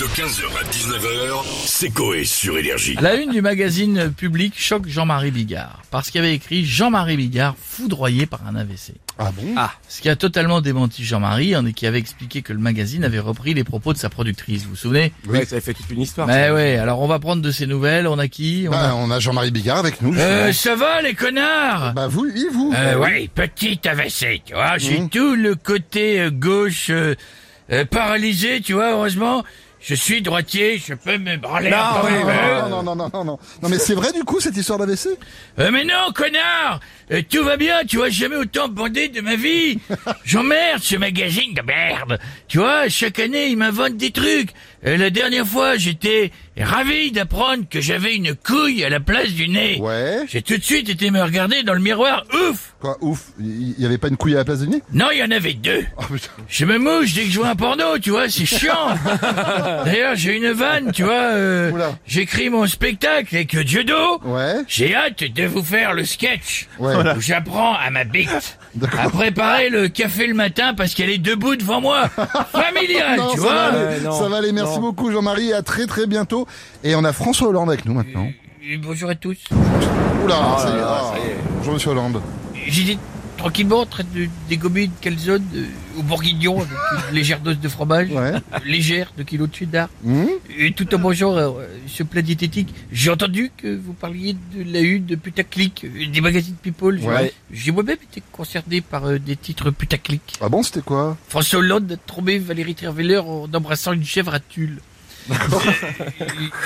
De 15h à 19h, c'est Coé sur Énergie. À la une du magazine public choque Jean-Marie Bigard, parce qu'il avait écrit Jean-Marie Bigard foudroyé par un AVC. Ah bon Ah, ce qui a totalement démenti Jean-Marie, en- qui avait expliqué que le magazine avait repris les propos de sa productrice, vous vous souvenez Oui, ça fait toute une histoire. Mais ouais, alors on va prendre de ses nouvelles, on a qui on a... Bah, on a Jean-Marie Bigard avec nous. Euh, ça va les connards Bah vous, oui, Mmh. vous. Euh, ouais, petit AVC, tu vois. J'ai tout le côté euh, gauche euh, euh, paralysé, tu vois, heureusement. Je suis droitier, je peux me branler un peu, Ah, non, bah, euh, non, non, non, non, non, non. Non, mais c'est vrai du coup cette histoire d'AVC Euh, mais non, connard Euh, Tout va bien, tu vois, jamais autant bandé de ma vie J'emmerde ce magazine de merde Tu vois, chaque année, il m'invente des trucs Euh, La dernière fois, j'étais ravi d'apprendre que j'avais une couille à la place du nez Ouais. J'ai tout de suite été me regarder dans le miroir, ouf Quoi, ouf. Il y, y avait pas une couille à la place du nez Non, il y en avait deux Oh putain. Je me mouche dès que je vois un porno, tu vois, c'est chiant. D'ailleurs, j'ai une vanne, tu vois. euh, Oula. J'écris mon spectacle avec Dieu d'eau. Ouais. J'ai hâte de vous faire le sketch Ouais. Voilà. où j'apprends à ma bite D'accord. à préparer le café le matin parce qu'elle est debout devant moi. Familial, Non, tu ça vois. euh, va aller, ça va aller. Merci beaucoup Jean-Marie, à très très bientôt. Et on a François Hollande avec nous maintenant. Euh, Bonjour à tous. Oula, ça y est, ah. Bonjour Monsieur Hollande. J'étais tranquillement en train de dégommer une calzone euh, au bourguignon avec une légère dose de fromage. euh, Ouais. Légère, de kilos de cheddar. Hmm Et tout en mangeant euh, ce plat diététique, j'ai entendu que vous parliez de la une de putaclic, euh, des magazines People. Ouais. J'ai moi-même été concerné par euh, des titres putaclic. Ah bon, c'était quoi François Hollande a trompé Valérie Trierweiler en embrassant une chèvre à tulle. Euh,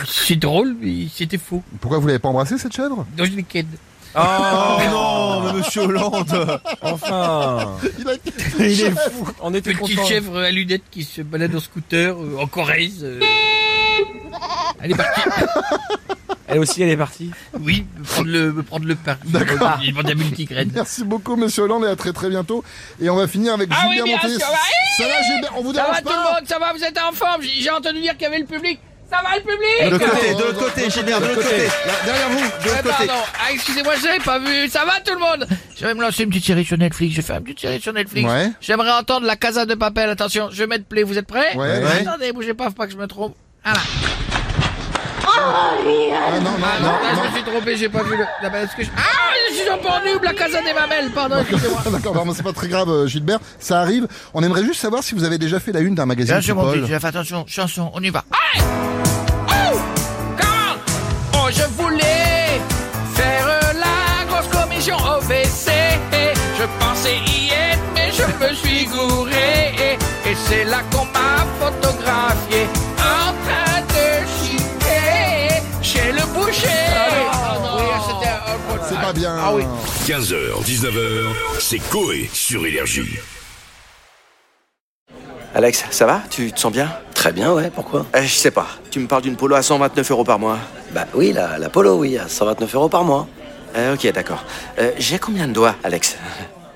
C'est drôle, mais c'était faux. Pourquoi vous l'avez pas embrassé cette chèvre Non, je l'ai ken. Oh non, mais monsieur Hollande Enfin Il a Il est fou On était Petite contents. chèvre à lunettes qui se balade en scooter euh, en Corrèze. euh. Allez, parti. Elle aussi, elle est partie. Oui, me prendre le, me prendre le pain. D'accord. Il demande un multigraine. Merci beaucoup Monsieur Hollande et à très très bientôt. Et on va finir avec Ah oui, Julien bien Monté. sûr, ouais. Ça va, Gilbert, on vous Ça dérange va tout pas le monde, ça va, vous êtes en forme J'ai j'ai entendu dire qu'il y avait le public Ça va le De public l'autre côté, de l'autre côté, Gilbert, de l'autre côté Eh ben, Là, Derrière vous, de Ouais, l'autre côté. pardon, ah, excusez-moi, je l'avais pas vu, ça va tout le monde Je vais me lancer une petite série sur Netflix, je fais une petite série sur Netflix. Ouais. J'aimerais entendre la Casa de Papel, attention, je vais mettre play, vous êtes prêts Ah, Ouais, ouais. Attendez, bougez pas, faut pas que je me trompe. Voilà. Ah, non, non, Ah non, non, là, non. je me suis trompé, j'ai pas vu le... Ah, ben, est-ce que je... Ah, je suis encore nuble, la Casa des Mamelles, pardon, excusez-moi. D'accord, non, mais c'est pas très grave, euh, Gilbert. Ça arrive. On aimerait juste savoir si vous avez déjà fait la une d'un magazine. Là, je monte, People. je fais attention, chanson, on y va. Allez Oh Come on Oh, je voulais faire euh, la grosse commission OVC. Je pensais y être, mais je me suis gouré. Et c'est là qu'on m'a photographié en train de chiter chez le boucher. Oui, c'était un- C'est pas bien. Ah oui. 15h, 19h, c'est Coé sur Énergie. Alex, ça va Tu te sens bien Très bien, ouais, pourquoi Eh, Je sais pas. Tu me parles d'une polo à 129 euros par mois. Bah oui, la, la polo, oui, à 129 euros par mois. Euh, ok, d'accord. Euh, J'ai combien de doigts, Alex